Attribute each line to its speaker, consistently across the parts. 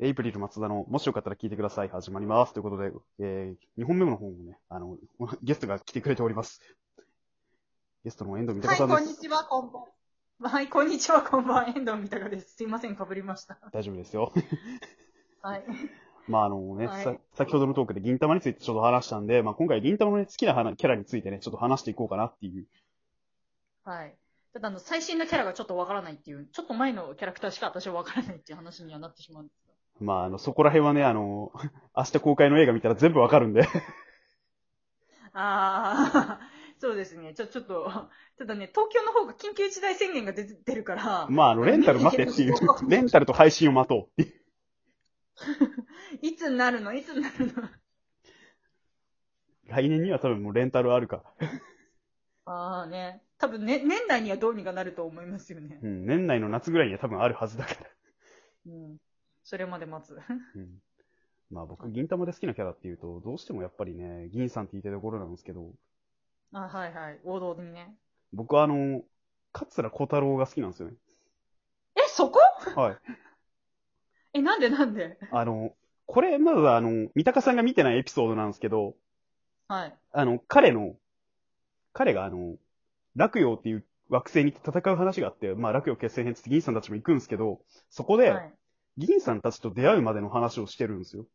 Speaker 1: エイプリル松田の、もしよかったら聞いてください、始まります。ということで、えー、2本目の方もね、あの、 ゲストが来てくれております。ゲストの遠藤三鷹
Speaker 2: はい、
Speaker 1: さん
Speaker 2: こ
Speaker 1: で
Speaker 2: んに
Speaker 1: す。
Speaker 2: ちは、こんばんは。はい、こんにちは、こんばんは。遠藤三鷹です。すいません、かぶりました。
Speaker 1: 大丈夫ですよ。
Speaker 2: はい。
Speaker 1: まああのね、
Speaker 2: はい
Speaker 1: さ先ほどのトークで銀玉についてちょっと話したんで、まあ今回銀玉の、ね、好きな花キャラについてね、ちょっと話していこうかなっていう。
Speaker 2: はい。ただ、あの、最新のキャラがちょっとわからないっていう、ちょっと前のキャラクターしか私はわからないっていう話にはなってしまうんですが。
Speaker 1: まああの、そこら辺はね、あの、 明日公開の映画見たら全部わかるんで。
Speaker 2: あー、 そうですね。ちょ、ちょっと、ただね、東京の方が緊急事態宣言が出て出るから、
Speaker 1: まああの、レンタル待てっていう
Speaker 2: 見てる。
Speaker 1: レンタルと配信を待とうっていう。
Speaker 2: いつになるのいつになるの
Speaker 1: 来年には多分もうレンタルあるから。
Speaker 2: あーね。多分ね、年内にはどうにかなると思いますよね
Speaker 1: う。ん、年内の夏ぐらいには多分あるはずだから。
Speaker 2: うん。それまで 待つ。
Speaker 1: うん。まあ僕、銀玉で好きなキャラっていうと、どうしてもやっぱりね、銀さんって言いたいところなんですけど、
Speaker 2: あ、はいはい。王道にね。
Speaker 1: 僕はあの、桂小太郎が好きなんですよね。
Speaker 2: え、そこ
Speaker 1: はい。
Speaker 2: え、なんでなんで
Speaker 1: あの、これ、まずあの、三鷹さんが見てないエピソードなんですけど、
Speaker 2: はい。
Speaker 1: あの、彼の、彼があの、落陽っていう惑星に行って戦う話があって、まあ落陽決戦編っつって銀さんたちも行くんですけど、そこで、
Speaker 2: はい、
Speaker 1: 銀さんたちと出会うまでの話をしてるんですよ。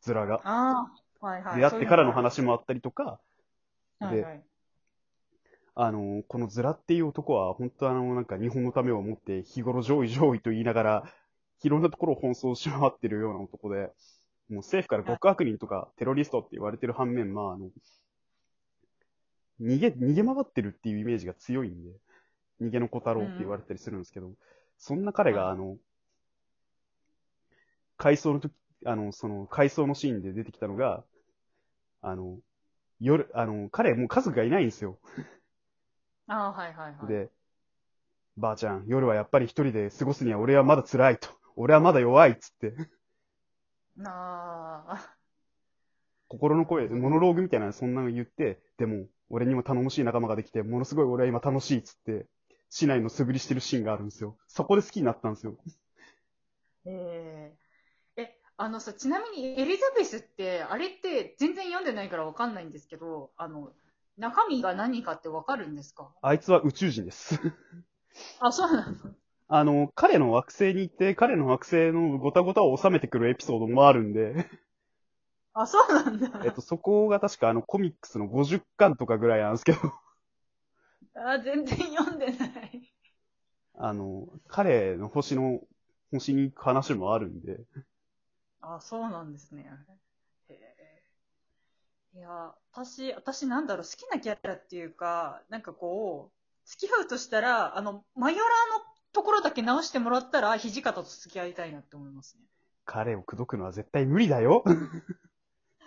Speaker 1: ズラが。
Speaker 2: ああ、はいはい。
Speaker 1: 出会ってからの
Speaker 2: そ
Speaker 1: 話もあったりとか、
Speaker 2: ういうのがある。はいはい。
Speaker 1: あの、このズラっていう男は、本当あの、なんか日本のためを思って、日頃上位上位と言いながら、いろんなところを奔走し回ってるような男で、もう政府から極悪人とかテロリストって言われてる反面、まあ、あの、逃げ、逃げ回ってるっていうイメージが強いんで、逃げの小太郎って言われたりするんですけど、そんな彼が、
Speaker 2: はい
Speaker 1: あの、回想の時、あの、その、回想のシーンで出てきたのが、あの、夜、あの、彼もう家族がいないんですよ。
Speaker 2: ああ、はいはいはい。
Speaker 1: で、ばあちゃん、夜はやっぱり一人で過ごすには俺はまだ辛いと。俺はまだ弱いっつって、
Speaker 2: なあ、
Speaker 1: 心の声、モノローグみたいなそんなの言って、でも、俺にも頼もしい仲間ができて、ものすごい俺は今楽しいっつって、市内の素振りしてるシーンがあるんですよ。そこで好きになったんですよ。
Speaker 2: えええ、あのさ、ちなみにエリザベスって、あれって全然読んでないからわかんないんですけど、あの、中身が何かってわかるんですか
Speaker 1: あいつは宇宙人です。
Speaker 2: あ、そうなの
Speaker 1: あの、彼の惑星に行って、彼の惑星のゴタゴタを収めてくるエピソードもあるんで、
Speaker 2: あ、そうなんだ。
Speaker 1: えっと、そこが確かあのコミックスの50巻とかぐらいなんですけど、
Speaker 2: あ、全然読んでない。
Speaker 1: あの、彼の星の、星に行く話もあるんで、
Speaker 2: あ、そうなんですね。へえいや、私、私なんだろう、好きなキャラっていうか、なんかこう、付き合うとしたら、あの、マヨラーのところだけ直してもらったら、土方と付き合いたいなって思いますね。
Speaker 1: 彼を口説くのは絶対無理だよ。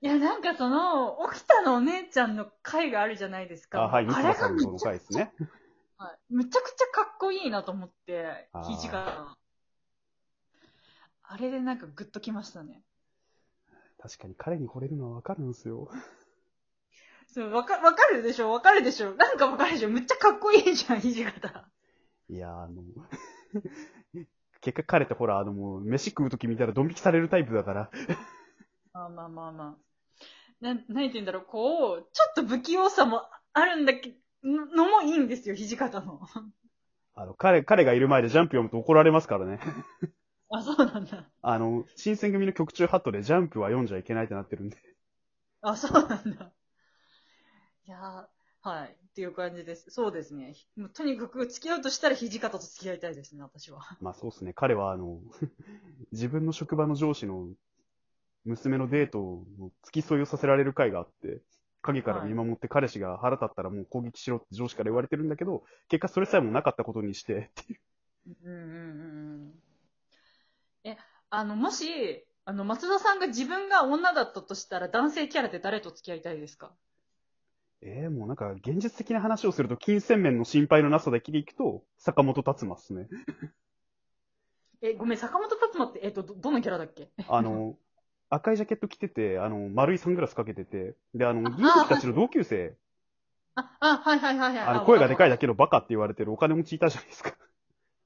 Speaker 2: いや、なんかその、沖田のお姉ちゃんの回があるじゃないです
Speaker 1: あ、
Speaker 2: か。
Speaker 1: はい、西
Speaker 2: あ
Speaker 1: 野
Speaker 2: れ
Speaker 1: さ
Speaker 2: が
Speaker 1: ん
Speaker 2: むち
Speaker 1: と
Speaker 2: ゃ
Speaker 1: の
Speaker 2: くちゃ、
Speaker 1: 回ですね。
Speaker 2: はいむちゃくちゃかっこいいなと思って
Speaker 1: あ、ー
Speaker 2: 土方。あれでなんかグッときましたね。
Speaker 1: 確かに彼に惚れるのはわかるんですよ。
Speaker 2: そう、わか、わかるでしょわかるでしょなんかわかるでしょむっちゃかっこいいじゃん、土方。
Speaker 1: いやー、あの、 結果彼ってほら、あのもう、飯食うとき見たらドン引きされるタイプだから、
Speaker 2: まあまあまあまあ。なん、なんて言うんだろう、こう、ちょっと不器用さもあるんだけののもいいんですよ、土方の。
Speaker 1: あの、彼、彼がいる前でジャンプ読むと怒られますからね。
Speaker 2: あ、そうなんだ。
Speaker 1: あの、新選組の曲中ハットでジャンプは読んじゃいけないってなってるんで。
Speaker 2: あ、そうなんだ。いやー、はい。っていう感じです。そうですね。もうとにかく付き合うとしたら土方と付き合いたいですね、私は。
Speaker 1: まあそうっすね、彼はあの、 自分の職場の上司の娘のデートを付き添いをさせられる会があって、影から見守って彼氏が腹立ったらもう攻撃しろって上司から言われてるんだけど、結果それさえもなかったことにして、
Speaker 2: うんうんうんうん。え、あの、もし、あの、松田さんが自分が女だったとしたら男性キャラで誰と付き合いたいですか
Speaker 1: えー、もうなんか現実的な話をすると金銭面の心配のなさだけでいくと、坂本達馬っすね。
Speaker 2: え、ごめん、坂本達馬って、えっと、ど、どのキャラだっけ
Speaker 1: あの、赤いジャケット着てて、あの、丸いサングラスかけてて、で、あの、銀時たちの同級生、
Speaker 2: あ、あ、はいはいはいはい。
Speaker 1: あの、声がでかい
Speaker 2: い。
Speaker 1: だけのバカって言われてるお金持ちいたじゃないですか。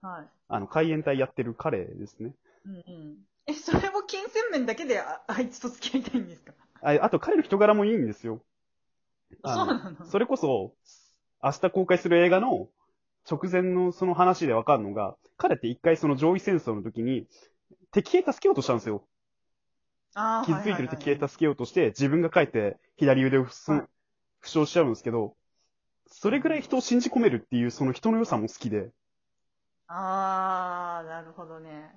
Speaker 2: はい。
Speaker 1: あの、海援隊やってる彼ですね。
Speaker 2: うんうん。え、それも金銭面だけでああいつと付き合いたいんですか
Speaker 1: ああと彼の人柄もいいんですよ。
Speaker 2: あ
Speaker 1: あ
Speaker 2: そう
Speaker 1: の
Speaker 2: なの
Speaker 1: それこそ、明日公開する映画の直前のその話でわかるのが、彼って一回その上位戦争の時に、敵兵助けようとしたんですよ。
Speaker 2: あー
Speaker 1: 傷ついてる敵
Speaker 2: は
Speaker 1: へ
Speaker 2: いはい
Speaker 1: 助けようとして、自分が帰って左腕を負
Speaker 2: はい
Speaker 1: 傷負傷しちゃうんですけど、それぐらい人を信じ込めるっていう、その人の良さも好きで。
Speaker 2: はいあー、なるほどね。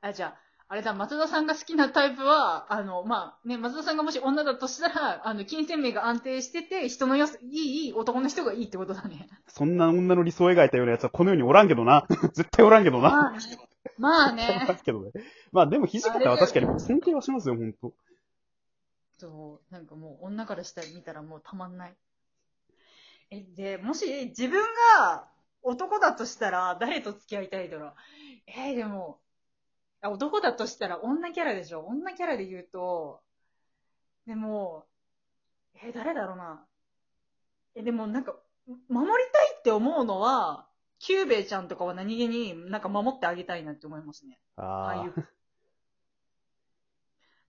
Speaker 2: あ、じゃあ、あれだ、松田さんが好きなタイプは、あの、まあ、ね、松田さんがもし女だとしたら、あの、金銭面が安定してて、人の良さ、いい男の人がいいってことだね。
Speaker 1: そんな女の理想を描いたような奴はこの世におらんけどな。 絶対おらんけどな。
Speaker 2: まあね。まあ
Speaker 1: おらん
Speaker 2: ね。
Speaker 1: けどね。まあでも、土方は確かに尊敬はしますよ、ほんと。
Speaker 2: そう、なんかもう女からしてみたらもうたまんない。え、で、もし自分が男だとしたら誰と付き合いたいだろう。えーでも、あ男だとしたら女キャラでしょ女キャラで言うと、でも、えー誰だろうな。え、でもなんか、守りたいって思うのは、キューベイちゃんとかは何気になんか守ってあげたいなって思いますね。ああい
Speaker 1: あ
Speaker 2: う、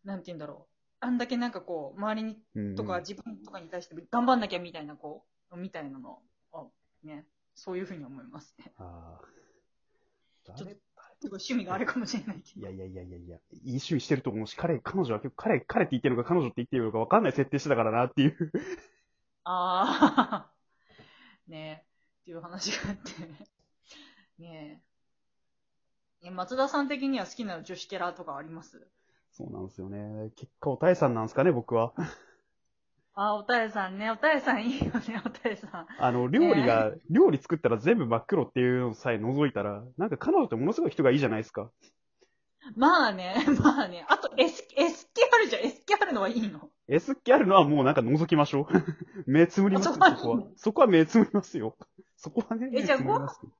Speaker 2: なんて言うんだろう。あんだけなんかこう、周りに
Speaker 1: あ。うん
Speaker 2: とか自分とかに対して頑張んなきゃみたいな、こう、みたいなのを、ね、そういうふうに思いますね。
Speaker 1: ああ。
Speaker 2: ちょっ
Speaker 1: 誰
Speaker 2: と趣味があるかもしれないけ
Speaker 1: い
Speaker 2: ど
Speaker 1: や。いやいやいやいや、いい趣味してると思うし、彼、彼女は結構、彼、彼って言ってるのか彼女って言ってるのか分かんない設定してたからなっていう。
Speaker 2: ああ、ねっていう話があって。ねえ。え松田さん的には好きな女子キャラとかあります
Speaker 1: そうなんですよね。結果、おたえさんなんですかね、僕は。
Speaker 2: ああ、おたえさんね。おたえさんいいよね、おたえさん。
Speaker 1: あの、料理が、料理作ったら全部真っ黒っていうのさえ除いたら、なんか彼女ってものすごい人がいいじゃないですか。
Speaker 2: まあね、まあね。あと S、S 気あるじゃん。S 気あるのはいいの。
Speaker 1: S 気あるのはもうなんか覗きましょう。 目つむりますよ、そ
Speaker 2: あそ
Speaker 1: こ
Speaker 2: こは
Speaker 1: は。そこは目つむりますよ。そこはね、
Speaker 2: えじゃあ
Speaker 1: 目つむりますよ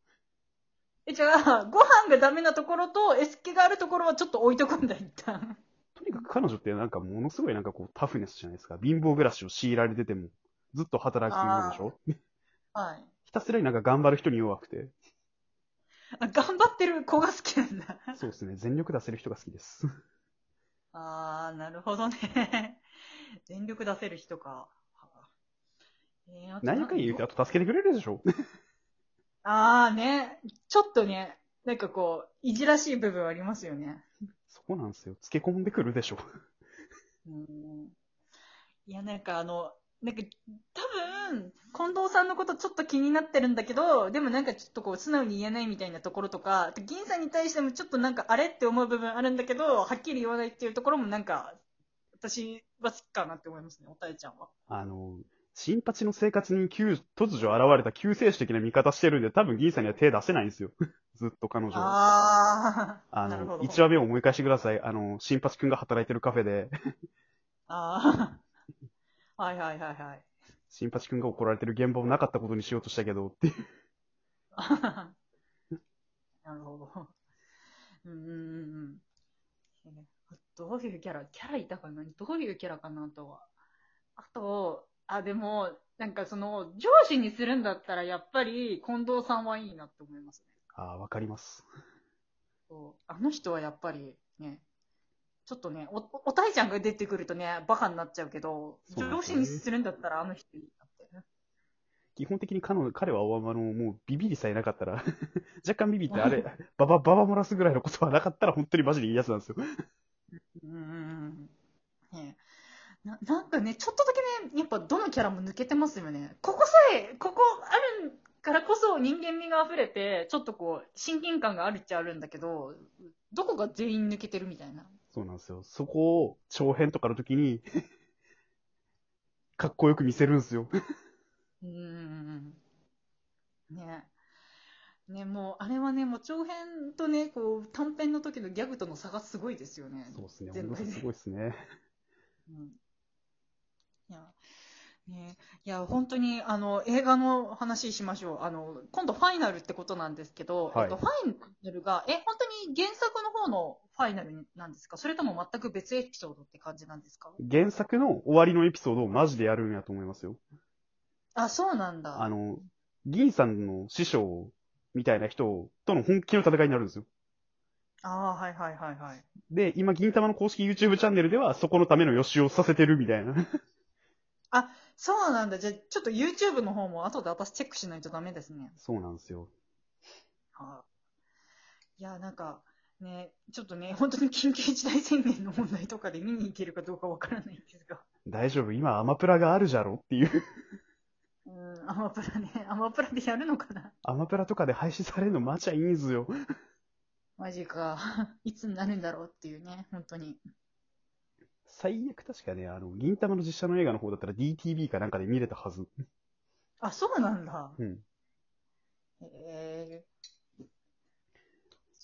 Speaker 2: え、じゃあ、ご飯がダメなところと S 気があるところはちょっと置いとくんだ、一旦。
Speaker 1: とにかく彼女ってなんかものすごいなんかこうタフネスじゃないですか。貧乏暮らしを強いられてても、ずっと働き続けるでしょ
Speaker 2: はい。
Speaker 1: ひたすらになんか頑張る人に弱くて。
Speaker 2: あ頑張ってる子が好きなんだ。
Speaker 1: そうですね。全力出せる人が好き です。
Speaker 2: あー、なるほどね。全力出せる人か。えーあと
Speaker 1: 何やかんや言うて、あと助けてくれるでしょ。
Speaker 2: あーね。ちょっとね、なんかこう、いじらしい部分ありますよね。
Speaker 1: そこなんですよ。つけ込んでくるでしょ。
Speaker 2: うん。いや、なんかあの、なんか、多分、近藤さんのことちょっと気になってるんだけど、でもなんかちょっとこう、素直に言えないみたいなところとか、銀さんに対してもちょっとなんか、あれって思う部分あるんだけど、はっきり言わないっていうところもなんか、私は好きかなって思いますね、おたえちゃんは。
Speaker 1: あの、新八の生活に急突如現れた救世主的な味方してるんで、多分銀さんには手出せないんですよ。 ずっと彼女は。
Speaker 2: ああ、
Speaker 1: あ
Speaker 2: なるほ
Speaker 1: の、
Speaker 2: ど。
Speaker 1: 1話目を思い返してください。あの、新八くんが働いてるカフェで、
Speaker 2: ああ。はいはいはいはい。
Speaker 1: 新八くんが怒られてる現場をなかったことにしようとしたけど、っていう。
Speaker 2: なるほど。うんうんうんうん。ねどういうキャラキャラいたかなどういうキャラかなとは。あと、あ、でも、なんかその、上司にするんだったらやっぱり近藤さんはいいなって思いますね。
Speaker 1: ああ、わかります。
Speaker 2: そうあの人はやっぱりね、ちょっとね、お、おおたいちゃんが出てくるとね、バカになっちゃうけど、
Speaker 1: そうなん
Speaker 2: 上
Speaker 1: ですよ
Speaker 2: 司
Speaker 1: ね
Speaker 2: にするんだったらあの人いいなって。
Speaker 1: 基本的に彼の彼は、あの、もうビビりさえなかったら、 若干ビビってあれ、ババ、ババ漏らすぐらいのことはなかったら、本当にマジでいいやつなんですよ。
Speaker 2: うんうんうんうんねななんかね、ちょっとだけね、やっぱどのキャラも抜けてますよね。ここさえ、ここあるからこそ人間味が溢れて、ちょっとこう、親近感があるっちゃあるんだけど、どこが全員抜けてるみたいな。
Speaker 1: そうなんですよ。そこを、長編とかの時に、 かっこよく見せるんですよ。
Speaker 2: うんうんうんうん。ね。ね、もう、あれはね、もう長編とね、こう、短編の時のギャグとの差がすごいですよね。
Speaker 1: そうですね。
Speaker 2: 全
Speaker 1: 本
Speaker 2: 部
Speaker 1: 当にすごいですね。
Speaker 2: うんいや、ね、いや、本当に、あの、映画の話しましょう。あの、今度ファイナルってことなんですけど、
Speaker 1: はい
Speaker 2: えっと、ファイナルが、え、本当に原作の方のファイナルなんですかそれとも全く別エピソードって感じなんですか
Speaker 1: 原作の終わりのエピソードをマジでやるんやと思いますよ。
Speaker 2: あ、そうなんだ。
Speaker 1: あの、銀さんの師匠みたいな人との本気の戦いになるんですよ。
Speaker 2: ああ、はいはいはいはい。
Speaker 1: で、今、銀玉の公式 YouTube チャンネルでは、そこのための予習をさせてるみたいな。
Speaker 2: そうなんだ。じゃあ、ちょっと YouTube の方も後で私チェックしないとダメですね。
Speaker 1: そうなんですよ。
Speaker 2: はい。いや、なんか、ね、ちょっとね、本当に緊急事態宣言の問題とかで見に行けるかどうかわからないんですが。
Speaker 1: 大丈夫、今アマプラがあるじゃろっていう。
Speaker 2: うん、アマプラね。 アマプラでやるのかな
Speaker 1: アマプラとかで配信されるのマジゃいいんすよ。
Speaker 2: マジか。 いつになるんだろうっていうね、本当に。
Speaker 1: 最悪確かね、あの、銀玉の実写の映画の方だったら DTV かなんかで見れたはず。
Speaker 2: あ、そうなんだ。
Speaker 1: うん。
Speaker 2: へえ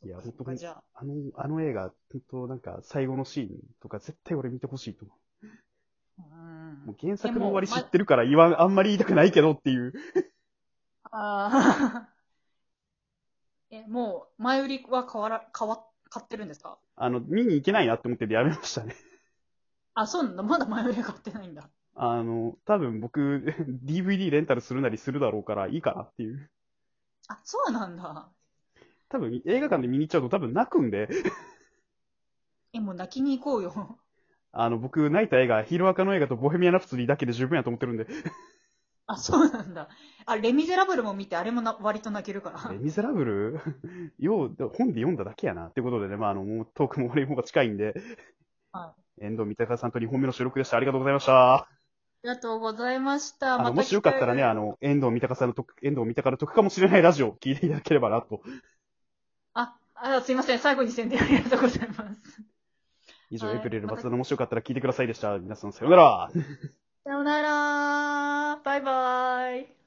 Speaker 1: いや
Speaker 2: そっか
Speaker 1: 本当に
Speaker 2: じゃあ、
Speaker 1: あの、あの映画、本当なんか最後のシーンとか絶対俺見てほしいと思
Speaker 2: うん
Speaker 1: う。もう原作
Speaker 2: で
Speaker 1: の
Speaker 2: も
Speaker 1: 終わり
Speaker 2: ま
Speaker 1: 知ってるから言わん、あんまり言いたくないけどっていう。
Speaker 2: ああ。 え、もう、前売りは変わら、変わ、買ってるんですか
Speaker 1: あの、見に行けないなって思っててやめましたね。
Speaker 2: あ、そうなんだ。まだ前売りは買ってないんだ。
Speaker 1: あの、多分僕、DVD レンタルするなりするだろうからいいかなっていう。
Speaker 2: あ、そうなんだ。
Speaker 1: 多分映画館で見に行っちゃうと多分泣くんで、
Speaker 2: え、もう泣きに行こうよ。
Speaker 1: あの、僕、泣いた映画、ヒロアカの映画とボヘミアン・ラプソディだけで十分やと思ってるん で、
Speaker 2: あ、そうなんだ。あ、レミゼラブルも見て、あれもな割と泣けるから
Speaker 1: レ。ミゼラブル よう、本で読んだだけやな。ってことでね、まあ、あの、もうトークも俺の方が近いんで、
Speaker 2: は
Speaker 1: 遠藤三鷹さんと2本目の収録でした。ありがとうございました。
Speaker 2: ありがとうございました。
Speaker 1: あ
Speaker 2: ま
Speaker 1: の、
Speaker 2: た
Speaker 1: もしよかったらね、あの、遠藤三鷹さんの得、遠藤三鷹の得かもしれないラジオを聞いていただければなと。
Speaker 2: あ、あ、すいません。最後に宣伝ありがとうございます。
Speaker 1: 以上、
Speaker 2: はい
Speaker 1: エイプリル松田のもしよかったら聞いてくださいでした。皆さん、さようなら。
Speaker 2: さよなら。バイバイ。